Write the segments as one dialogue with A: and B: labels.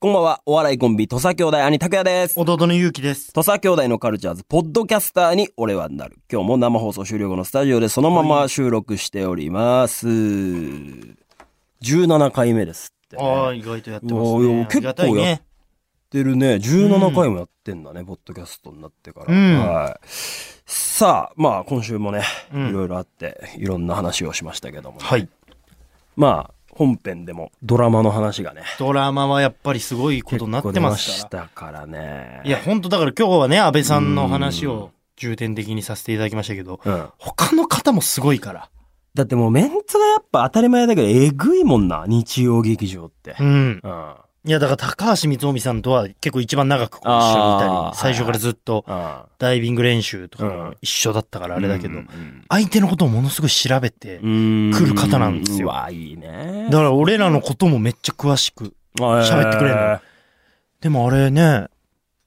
A: こんばんは、お笑いコンビ、土佐兄弟兄拓也です。
B: 弟の勇気です。
A: 土佐兄弟のカルチャーズ、ポッドキャスターに俺はなる。今日も生放送終了後のスタジオでそのまま収録しております。17回目ですって、ね。
B: あ
A: や
B: あ、
A: っ
B: 意外とやってます
A: おーい
B: ね
A: や。
B: ありがたいね。
A: てるね。17回もやってんだね、ポッドキャストになってから。
B: うん
A: はい。さあ、まあ今週もね、
B: うん
A: いろいろあって、いろんな話をしましたけども、ね
B: はい。
A: まあ、本編でもドラマの話がね、
B: ドラマはやっぱりすごいことになってます
A: 結
B: か
A: 構出ましたからね。
B: ら。いや、、ほんとだから今日はね、安倍さんの話を重点的にさせていただきましたけど、
A: うん。
B: 他の方もすごいから。
A: だってもうメンツがやっぱ当たり前だけど、えぐいもんな、日曜劇場って
B: う。ん。
A: うん。うん。
B: いや、だから高橋光臣さんとは結構一番長くこう一緒にいた
A: あ
B: り、
A: ー
B: 最初からずっとダイビング練習とか
A: う
B: も
A: ん
B: 一緒だったからあれだけど、
A: う
B: 相手のことをものすごい調べて、
A: ん。
B: 来る方なんですよ
A: うわ、いいね
B: だ。から俺らのこともめっちゃ詳しく喋ってくれんの
A: え
B: でもあれね、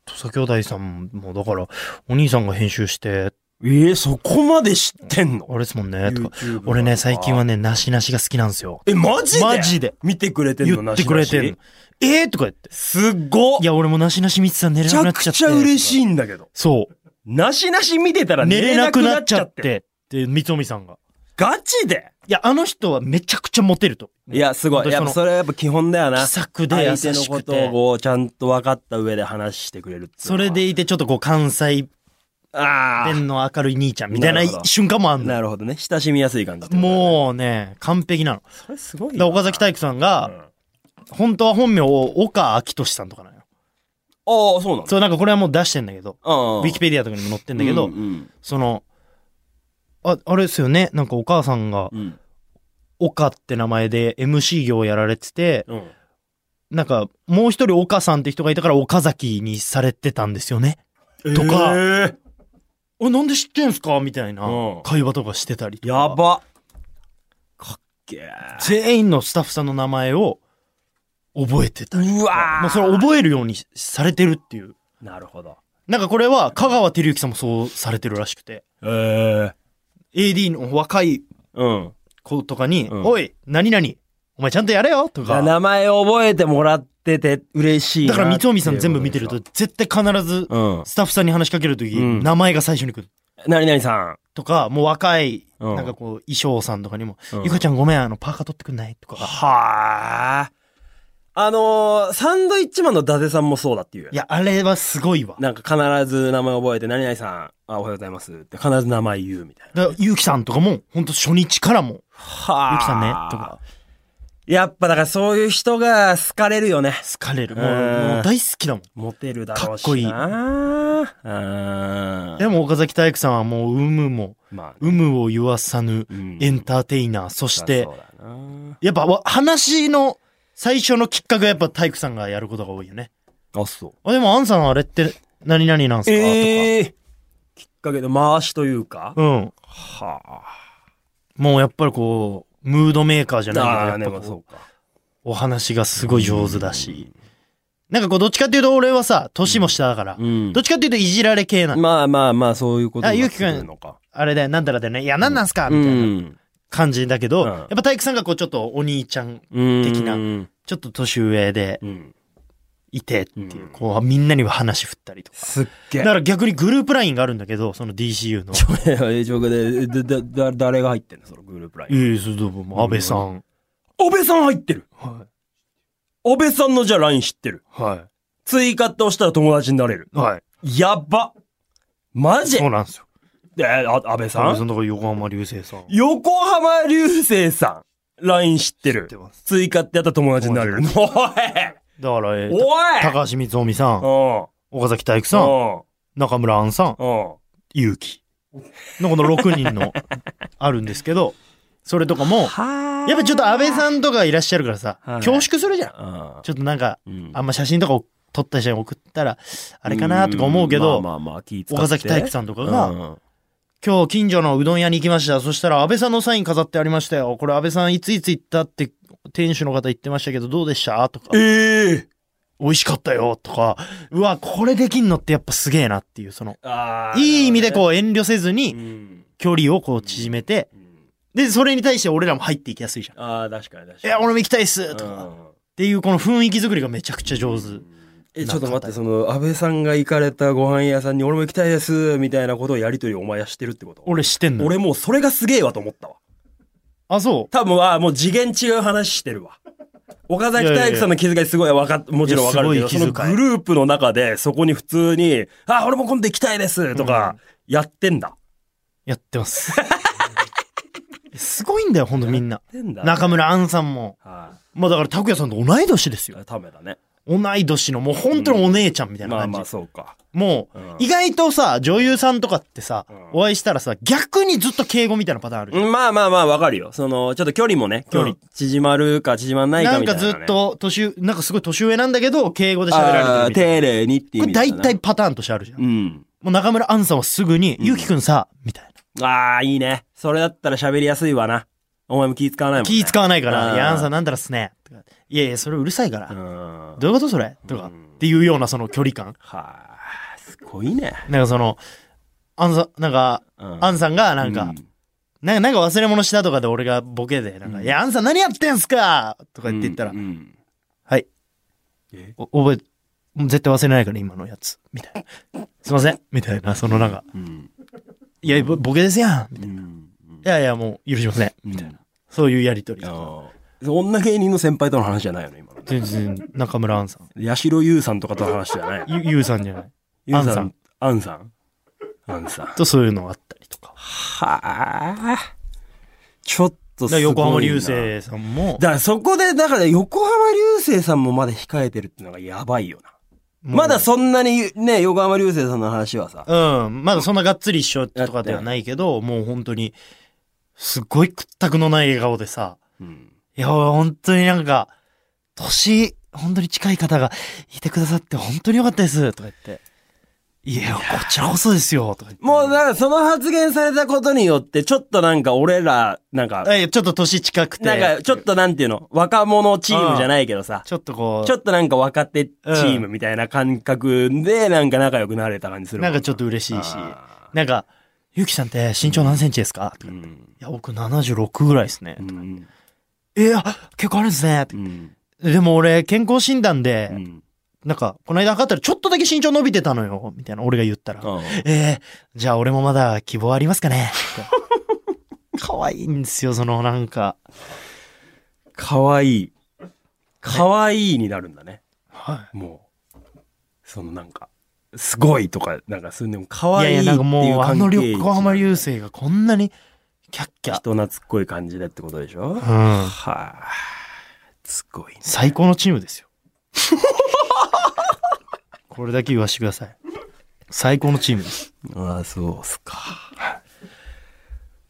B: 土佐兄弟さんも、だから、お兄さんが編集して、
A: ーえー、そこまで知ってん
B: あ
A: の
B: れですもんね、とか。
A: YouTube
B: 俺ね、最近は
A: ね。
B: ね、なしなしが好きなんですよ。
A: え、マジで
B: マジで
A: 見てくれてんの
B: 言ってくれて
A: なしな
B: ん
A: し。
B: のえーとか言って。
A: すっごっ
B: いや、俺もなしなし見てたら寝れ
A: め
B: な
A: ちゃ
B: くなっ
A: く
B: ちゃって。
A: ちゃ嬉し
B: い。
A: いんだけど。
B: そ
A: なしなし見てたら
B: う。寝
A: 寝れ
B: れな
A: なく
B: くな
A: なっ
B: っち
A: ち
B: ゃ
A: ゃ
B: っ
A: って。
B: て。で、三富さんが。
A: ガチで
B: いや、あの人はめちゃくちゃモテると。
A: いや、すごい。やっぱ
B: 本当にそ
A: それはやっぱ基本だよ
B: の、
A: な
B: 気。さくで優
A: 相手の
B: し
A: こ
B: くて。
A: とをちゃんと分かった上で話してくれるっていうの
B: そ
A: は
B: れでいて、ちょっとこう、関西
A: ああ。
B: 弁の明るい兄ちゃんみたいな
A: なるほど
B: 瞬間もあんの。
A: なるほどね。親しみやすい感じってことだね。
B: もうね、完璧なの。
A: う、それすごい
B: だから岡崎体育さんが、
A: あ
B: 本当は本名を岡明俊さんとかなのよ。
A: あー、そうなの
B: そう、なんかこれはもう出してんだけど、ウ
A: ウ
B: ィキ
A: ペ
B: ペディアとかにも載って
A: デ
B: んだけど、
A: うん。
B: その、あ、あれですよね、なんかお母さんが
A: う、ん。
B: 岡って名前で MC 業をやられてて、
A: うん
B: なんかもう一人岡さんって人がいたから岡崎にされてたんですよね。とか
A: えー
B: お、なんで知ってんすかみたいな
A: うん
B: 会話とかしてたりとか
A: やば。かっけえ。
B: 全員のスタッフさんの名前を覚えてた。
A: うわー
B: もうそれ覚えるようにされてるっていう。
A: なるほど。
B: なんかこれは香川照之さんもそうされてるらしくて。
A: ええ。
B: AD の若い
A: うん。
B: 子とかに、
A: うん
B: おい、何々、お前ちゃんとやれよと
A: いや
B: か。
A: 名前を覚えてもらってて嬉しいな
B: だ
A: っ
B: か
A: ていうことでし
B: ら、三
A: ょ。
B: つおみさん全部見てると、絶対必ず、
A: うん。
B: スタッフさんに話しかけるとき、
A: うん
B: 名前が最初に来る。
A: 何々さ
B: とか、もう若い、
A: うん
B: なんかこう、衣装さんとかにも、
A: ん。
B: ゆかちゃんごめん、あの、パーカー取ってくんないとか。
A: はあ。あのー、サンドイッチマンの伊達さんもそうだっていうよね。
B: いや、あれはすごいわ。
A: なんか必ず名前覚えて、何々さん、あ、おはようございますって必ず名前言うみたいな。
B: だからゆうきさんとかも、ほんと初日からも、
A: は
B: ゆきさんねとか。
A: やっぱだからそういう人が好かれるよね。
B: 好かれる。もう、
A: うん
B: もう大好きだもん。
A: モテるだろうしな。
B: かっこいい
A: うん。
B: でも、岡崎体育さんはもう、うむも、
A: まあ、
B: うむを言わさぬ、
A: うん
B: エンターテイナー、そして
A: そ、うだな
B: やっぱわ、話の最初のきっかけはやっぱ体育さんがやることが多いよね。
A: あ、そう。
B: あ、でも、アンさんあれって何々なんすか、
A: ええきっかけの回しというか。
B: とか。うん。
A: はあ。
B: もうやっぱりこう、ムードメーカーじゃない
A: ああ、
B: けど、
A: で
B: やっぱ
A: もそ
B: こう
A: うか。
B: お話がすごい上手だし。なんかこう、どっちかっていうと俺はさ、年も下だから、
A: うん
B: どっ。ちかっていうといじられ系な、
A: まあまあまあ、そういうこと
B: あ
A: にな
B: ゆう
A: っ
B: き
A: て
B: くん
A: くるのか。
B: あれだよ、なんだらだよね。いや、なんなんすか
A: う。
B: みたいなん感じだけど、
A: うん
B: やっぱ体育さんがこう、ちょっとお兄ちゃん、
A: 的
B: 的なちょっと年上で
A: うん。
B: いてっていう、
A: うん
B: こう、みんなには話振ったりとか。
A: すっげ
B: だ
A: え。
B: から逆にグループラインがあるんだけど、その DCU の。
A: え、ちょ、で、だ、だ、誰が入ってんのそのグループライン。
B: ええ、そうどうも、安倍さん。
A: 安倍さん入ってる
B: は
A: 安倍さんのじゃあ LINE 知ってる。
B: い。は
A: 追加って押したら友達になれる。
B: い。はい。
A: やっばマジ
B: そうなんですよ。
A: えー、あ安倍
B: 安
A: さ
B: 倍さ
A: ん
B: んとか横浜流星さん。
A: 横浜流星さん、LINE 知ってる
B: 知ってます。
A: 追加ってやったら友達になれる。お
B: だから、え
A: い
B: ー
A: おい
B: 高橋光臣さん、
A: う
B: 岡崎体育さん、
A: ん。
B: 中村杏さん、
A: うん。うん。
B: 結城のこの6 人のあるんですけど、それとかも、
A: は
B: やっぱちょっと安倍さんとかいらっしゃるからさ、
A: はい
B: 恐縮するじゃん。
A: ん。
B: ちょっとなんか、
A: うん
B: あんま写真とかを撮った写真送ったら、あれかなとか思うけど、
A: んまあまあまあ、気使って
B: 岡崎体育さんとかが、
A: うん
B: 今日近所のうどん屋に行きました。そしたら安倍さんのサイン飾ってありましたよ。これ安倍さんいついつ行ったって店主の方言ってましたけどどうでしたとか。
A: ええ
B: 美味しかったよとか。うわ、これできんのってやっぱすげえなっていう、その、
A: あー
B: いい意味でこう遠慮せず
A: う
B: に
A: ん。
B: 距離をこう縮めて、で、それに対して俺らも入っていきやすいじゃん。
A: ああ、確かに確かに。
B: いや、俺も行きたいっす
A: う
B: とか。
A: ん
B: っていうこの雰囲気作りがめちゃくちゃ上手。
A: え、ちょっと待って、その、安倍さんが行かれたご飯屋さんに俺も行きたいです、みたいなことをやりとりをお前はしてるってこと
B: 俺してんのよ。
A: 俺もうそれがすげえわと思ったわ。
B: あ、そう。
A: 多分、ああ、もう次元違う話してるわ。岡崎体育さんの気遣いすごいわかっ、もちろんわかるけど、
B: いやす
A: そ
B: ごい
A: の
B: 気遣い
A: グループの中で、そこに普通に、あ、俺も今度行きたいですとか、やってんだ。
B: やっ てます。すごいんだよ、ほんとみんな。
A: やってんだ。
B: 中村杏さんも。
A: は
B: まあだから、拓也さんと同い年です
A: い、
B: よ。
A: ためだね。
B: 同い年の、もう本当にお姉ちゃんみたいな
A: まあ
B: 感じ。
A: まあ、そうか。
B: もう、意外とさ、女優さんとかってさ、
A: うん
B: お会いしたらさ、逆にずっと敬語みたいなパターンあるじゃん。
A: まあまあまあ、わかるよ。その、ちょっと距離もね、距
B: う
A: 離
B: ん
A: 縮まるか縮まんない
B: な
A: か
B: ん
A: みた
B: か
A: いな、
B: ず
A: ね。
B: っ、と年上、なんかすごい年上なんだけど、敬語で喋られてる
A: あー
B: みたい
A: 丁
B: な。
A: 寧にっていう
B: こ
A: 意
B: れ
A: 味だな
B: 大体パターンとしてあるじゃん。
A: う
B: も
A: ん。
B: う中村杏さんはすぐに、ゆうきくんさ、みたい
A: ああ、いいね。それだったら喋りやすいわな。お前も気使わないも
B: な。
A: ん、ね。
B: 気使わないから、
A: うん
B: いや、杏さんなんたらっすね。とかいやいや、それうるさいから。
A: うん。はい、
B: どういうことそれとか、っていうようなその距離感。
A: すごいね。
B: なんかその、杏さん、なんか、
A: うん
B: 杏さんがなんか、
A: うん
B: なんか、なんか忘れ物したとかで俺がボケで、なんか、いや、あんさん何やってんすかとか言って言ったら、
A: うんうん
B: はい
A: え。
B: お覚え、もう絶対忘れないから今のやつ。みたいな。 すいません。みたいな、そのなんか、
A: うん
B: いや、ぼボケですやん。みたい
A: うん
B: な。いやいや、もう許しません。みたいな。そういうやりとりとか。
A: あー女芸人の先輩との話じゃないよね、今のね。
B: 全然、中村あんさん。
A: 八代優さんとかとの話じゃない。
B: ゆ、ゆうさんじゃない。
A: 優
B: 杏さ
A: さ
B: ん
A: ん、アンさん。アンさん。は
B: と、そういうのがあったりとか。
A: あ。ちょっとすご
B: だから
A: いな。
B: 横浜流。星さんも、
A: だからそこで、だから横浜流星さんもまだ控えてるってのがやばいよな。
B: もう
A: まだそんなにね、横浜流星さんの話はさ、
B: うん、まだそんながっつり一緒とかではないけど、もう本当に、すっごい屈託のない笑顔でさ、
A: うん、
B: いや、本当になんか、年、本当に近い方がいてくださって本当に良かったです、とか言って。いや、こちらこそですよ、とか言って。
A: もうだからその発言されたことによって、ちょっとなんか俺ら、なんか、
B: え、ちょっと年近くて。
A: なんかちょっとなんていうの、若者チームじゃないけどさ、
B: ちょっとこう、
A: ちょっとなんか若手チームみたいな感覚で、なんか仲良くなれた感じするも
B: なんんかちょっと嬉しいし
A: あ。
B: なんか、ゆきさんって身長何センチですか、と
A: う
B: かい
A: ん。
B: や、僕76ぐらいですね。
A: うん。
B: えいや、結構あるんですね。
A: うん。
B: でも俺、健康診断で、
A: うん。
B: なんか、この間測ったらちょっとだけ身長伸びてたのよ、みたいな、俺が言ったら。ええじゃあ俺もまだ希望ありますかね 可愛いんですよ、そのなんか。
A: かわいい。かわいいになるんだね。
B: は
A: もう。そのなんか、すごいとか、なんかそういうのもかわ
B: や
A: いい
B: い
A: っ
B: や、
A: ていう
B: なんか
A: 関係
B: もう、あの
A: 値
B: 横浜流星がこんなに、キャッキャ。
A: 人懐っこい感じでってことでしょ、は
B: うん。
A: あ、すごいね。
B: 最高のチームですよ。 これだけ言わしてください。最高のチームです。
A: ああ、そうっすか。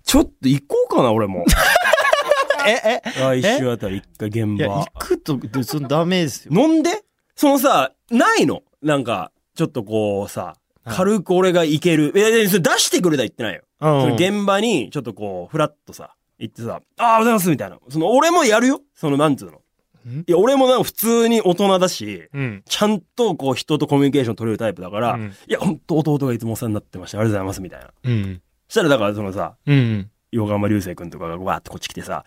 A: ちょっと行こうかな、俺も。
B: え、 え、
A: 来週あたり一回現
B: いや、
A: 場
B: 行。くと、でそのダメです よ。
A: 飲んでそのさ、ないのなんか、ちょっとこうさ、
B: うん
A: 軽く俺が行ける。いやいや、それ出してくれた言ってないよ。
B: うん
A: その現場に、ちょっとこう、フラッとさ、行ってさ、ああ、おはようございます、みたいな。その、俺もやるよその、なんつうの。
B: ん
A: いや、俺もなんか普通に大人だし、
B: うん。
A: ちゃんとこう、人とコミュニケーション取れるタイプだから、
B: うん
A: いや、ほんと弟がいつもお世話になってました。ありがとうございます、みたいな。
B: うん。
A: そしたら、だからそのさ、
B: うん。
A: 横浜流星くんとかがわーってこっち来てさ、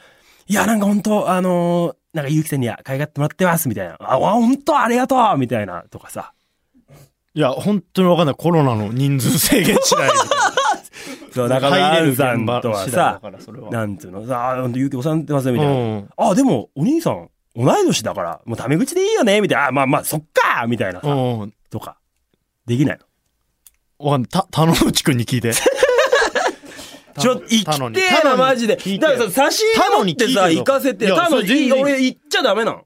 A: いや、なんか本当あのーなんか結城さんには可愛がってもらってます、みたいな。あ、わ本当ありがとうみたいな、とかさ。
B: いや、本当にわかんない。コロナの人数制限しないみたいな。
A: そう、中村アンさんとは
B: 入れる現場次第だ
A: さ
B: か、らそれは
A: なんつうの、さあ、ほんと結城お世話になってます、みたいな。
B: うん
A: あ、でも、お兄さん、同い年だから、もうタメ口でいいよね、みたいな。あ、まあまあ、そっかみたいなさ、
B: うん。
A: とか。できないの
B: わかんない。た、田之内くんに聞いて。
A: ちょ、生き
B: 田野に
A: てえな、マジで。だからさ、差し入れ持って
B: 田
A: さ、
B: 野に聞いて
A: 行
B: よ
A: かせて、
B: いや
A: た
B: そ
A: の
B: れ全然いい
A: 俺行っちゃダメなの。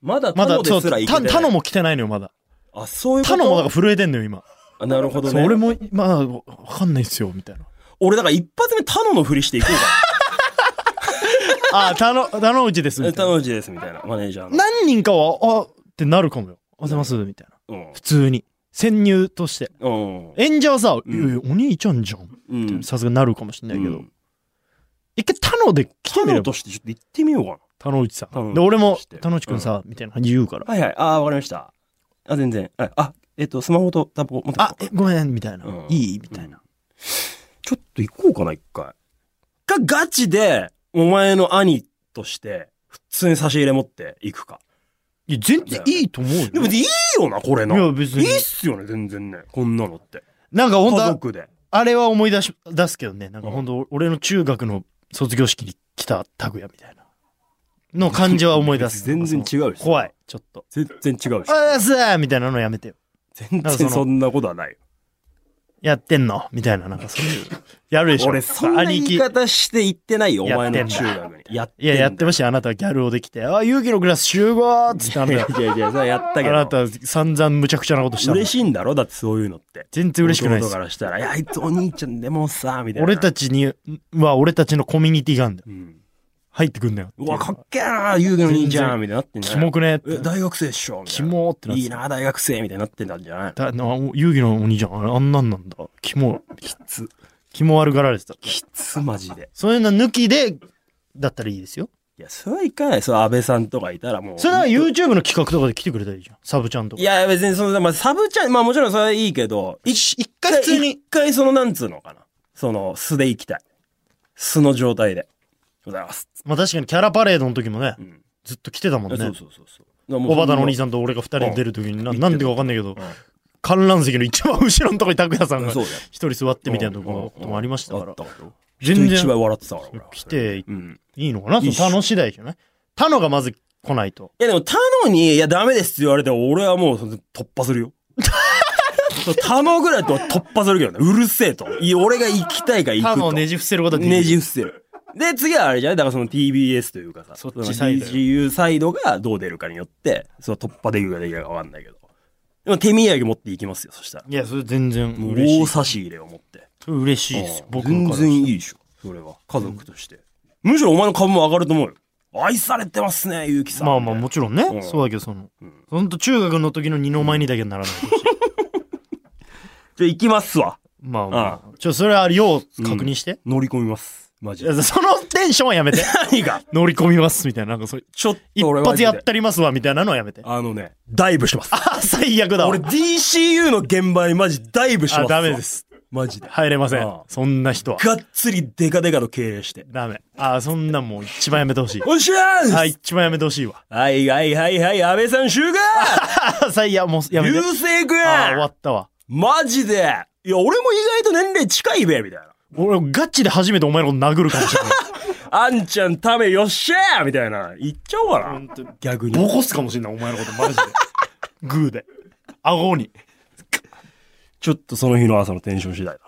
A: まだ、
B: ま
A: ま
B: だ
A: だ、、
B: そ
A: で
B: う、
A: す
B: た
A: ら行けてない
B: 田野も来てないのよ、まだ。
A: あ、そういうこ
B: 田
A: と
B: 野もなんか震えてんのよ、今。
A: あなるほど
B: そう
A: ね。
B: 俺
A: 俺、
B: も、まあ、わかんないっすよ、みたいな。
A: だから一発目他ののふりしていこう か
B: あ、田野、田之内です、
A: な。
B: みた
A: 他の
B: いな。
A: うちです、みたいな、マネージャーの。
B: 何人かは、あ、ってなるかもよ。おはようございます、みたいな。
A: うん
B: 普通に。潜入として。
A: うん。
B: 演者はさ、い
A: ん
B: やいや、お兄ちゃんじゃん。
A: うん。
B: さすがになるかもしん
A: だ
B: ないけど。、一回田野で来て
A: 他
B: みれ
A: の
B: ば
A: と。してちょっと行ってみようか
B: 田之内さ
A: 田之
B: ん。
A: 内
B: で、俺も
A: して、
B: 田之内くんさ、みたいな感じ言うから。
A: な。はいはい。あー、わかりました。あ、全然。はいあ、えっと、スマホとタバコ持ってこう
B: あ、えごめん、みたいな
A: うん。
B: いいみたいな。
A: ちょっと行こうかな、一回。が、ガチで、お前の兄として、普通に差し入れ持っていくか。
B: いや、全然いいと思うよ。
A: でもいいよな、これな。
B: い
A: い
B: や別に
A: いっすよね、全然ね。こんなのって。
B: なんか
A: 家
B: 本当
A: 族で。
B: あれは思い出し、出すけどね。なんか本当、俺の中学の卒業式に来た拓也みたいな。の感じは思い出す。
A: 全然違うし
B: 怖い、ちょっと。
A: 全然違うし。
B: あーすーみたいなのやめてよ。
A: 全然そんなことはないよ。
B: やってんのみたいな、なんかそういう。やるでしょ。
C: 俺、そんな言い方して言ってないよ、お前の
B: やって
C: 中
B: んだ
C: 学に。やってん
B: い
C: だ
B: や、やってましたよ。あなたはギャルをできて。あ、勇気のグラス集合っつってあなた
C: いやいや、それはやった
B: あ
C: け
B: な
C: ど。
B: た散々無茶苦茶なことしたの
A: 嬉しいんだろだってそういうのって。
B: 全然嬉しくないで
A: 弟
B: す
A: か。らしたら、いや、あいつお兄ちゃんでもさ、みたいな。
B: 俺たちに、は俺たちのコミュニティがあるんだよ。
A: うん。
B: 入ってくんだよっていうう。
A: わ、かっけえな、遊戯の兄ちゃん、みたいになってんじゃ
B: キ
A: ない
B: モくねって
A: え、大学生っしょみたい
B: キ
A: な。
B: モってなって
A: いいな、大学生みたいになってたんじゃない
B: だな遊戯のお兄ちゃん、あれあんなんなんだ。キモ、
A: きつ、
B: キモ悪がられてた。
A: きつ、マジで。
B: そういうの抜きで、だったらいいですよ。
A: いや、それはいかない。それ安倍さんとかいたらもう。
B: それは YouTube の企画とかで来てくれたらいいじゃん。サブちゃんとか。
A: い、や、別にその、まあ、サブちゃん、まあもちろんそれはいいけど、
B: 一一回普通に
A: 一。回その、なんつうのかな。その、素で行きたい。素の状態で。ございます。
B: まあ確かにキャラパレードの時もね
A: う、ん。
B: ずっと来てたも
A: そ
B: ん
A: う
B: ね
A: そう。そうそう。
B: 小畑のお兄
A: さ
B: さんと俺が二人で出る時にな、
A: うん
B: なんでかわかんないけど
A: ん、
B: 観覧席の一番後ろのとこに拓也さんが
A: そうだよ
B: 一人座ってみたいなとこもありましたから。全
A: 全然。一
B: 然
A: 番笑ってたから俺は。
B: 来て
A: うん。
B: いいのかなその他の次第じゃない他のがまず来ないと。
A: いやでも、他のに、いや、ダメですって言われても、俺はもう、その突破する よ。そう他のぐらいと突破するけどね。うるせえと。いや、俺が行きたいから行
B: 他
A: く
B: の
A: と。
B: をねじ伏せることはできる
A: ねじ伏せる。で、次はあれじゃないだからその TBS というかさ、
B: そっちサイドよ
A: DGU サイドがどう出るかによって、その突破できるかできないかわかんないけど。でも手土産持っていきますよ、そしたら。
B: いや、それ全然
A: もう
B: 嬉しい
A: 大。差し入れを持って。
B: 嬉しいです
A: ああ。
B: 僕の
A: 全
B: から
A: 然いいでしょ、それは。家族として。むしろお前の株も上がると思うよ。愛されてますね、ゆうきさん。
B: まあまあもちろんね、
A: うん
B: そうだけどその、
A: うん
B: ほんと中学の時の二の前にだけならないでほしい
A: じゃあ行きますわ。
B: まあまあちょそれは量確認して、
A: 乗り込みます。マジ
B: い
A: で。
B: やそのテンションは やめて
A: 何が
B: 乗り込みますみたいななんかそういう
A: ちょっ
B: 一
A: と俺マ
B: 発
A: ジで
B: やったりますわみたいなのはやめてあ
A: あのね、ダイブしてます。
B: 最悪だわ
A: 俺 DCU の現場にマジダイブしてます
B: あ
A: わ。
B: ダメです
A: マジで。
B: 入れません
A: ああ
B: そんな人は
A: がっつりデカデカと経営して。
B: ダメああそんなんもう一番やめてほしい
A: おっしゃー
B: あ。一番やめてほしいわ
A: はいはいはいはい、安倍さん集合
B: あ最悪もうやめて
A: 流星君
B: ああ終わったわ
A: マジでいや、俺も意外と年齢近いべ、みたいな。
B: 俺ガチで初めてお前のこと殴るかもしれない
A: あんちゃん、ためよっしゃーみたいな。言っちゃおうかな。
B: 当に
A: 逆に。
B: ボコすかもしれないお前のことマジでグーで顎に
A: ちょっとその日の朝のテンション次第だ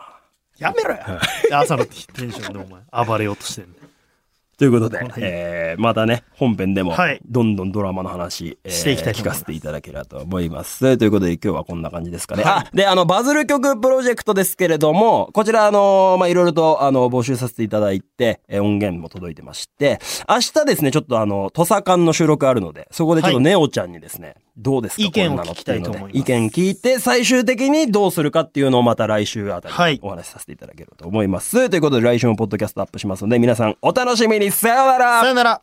A: な。
B: やめろよ。朝のテンションでお前、暴れようとしてる、
A: ということで、えー、またね、本編でも
B: はい、
A: どんどんドラマの話、えー
B: していきたいと
A: 聞
B: 思い
A: か
B: ます
A: せていただければと思います。ということで、今日はこんな感じですかね。あ、で、あの、バズる曲プロジェクトですけれども、こちら、あの、まあ、いろいろと、あの、募集させていただいて、えー音源も届いてまして、明日ですね、ちょっとあの、土佐館の収録あるので、そこでちょっと
B: はい
A: ネオちゃんにですね、どうですか
B: 意見を
A: こんなの
B: 聞きたいと思いま
A: っ
B: す
A: てうので意見聞いて、最終的にどうするかっていうのをまた来週あたりに
B: はい
A: お話しさせていただければと思います。ということで、来週もポッドキャストアップしますので、皆さんお楽しみにさようなら
B: さよなら。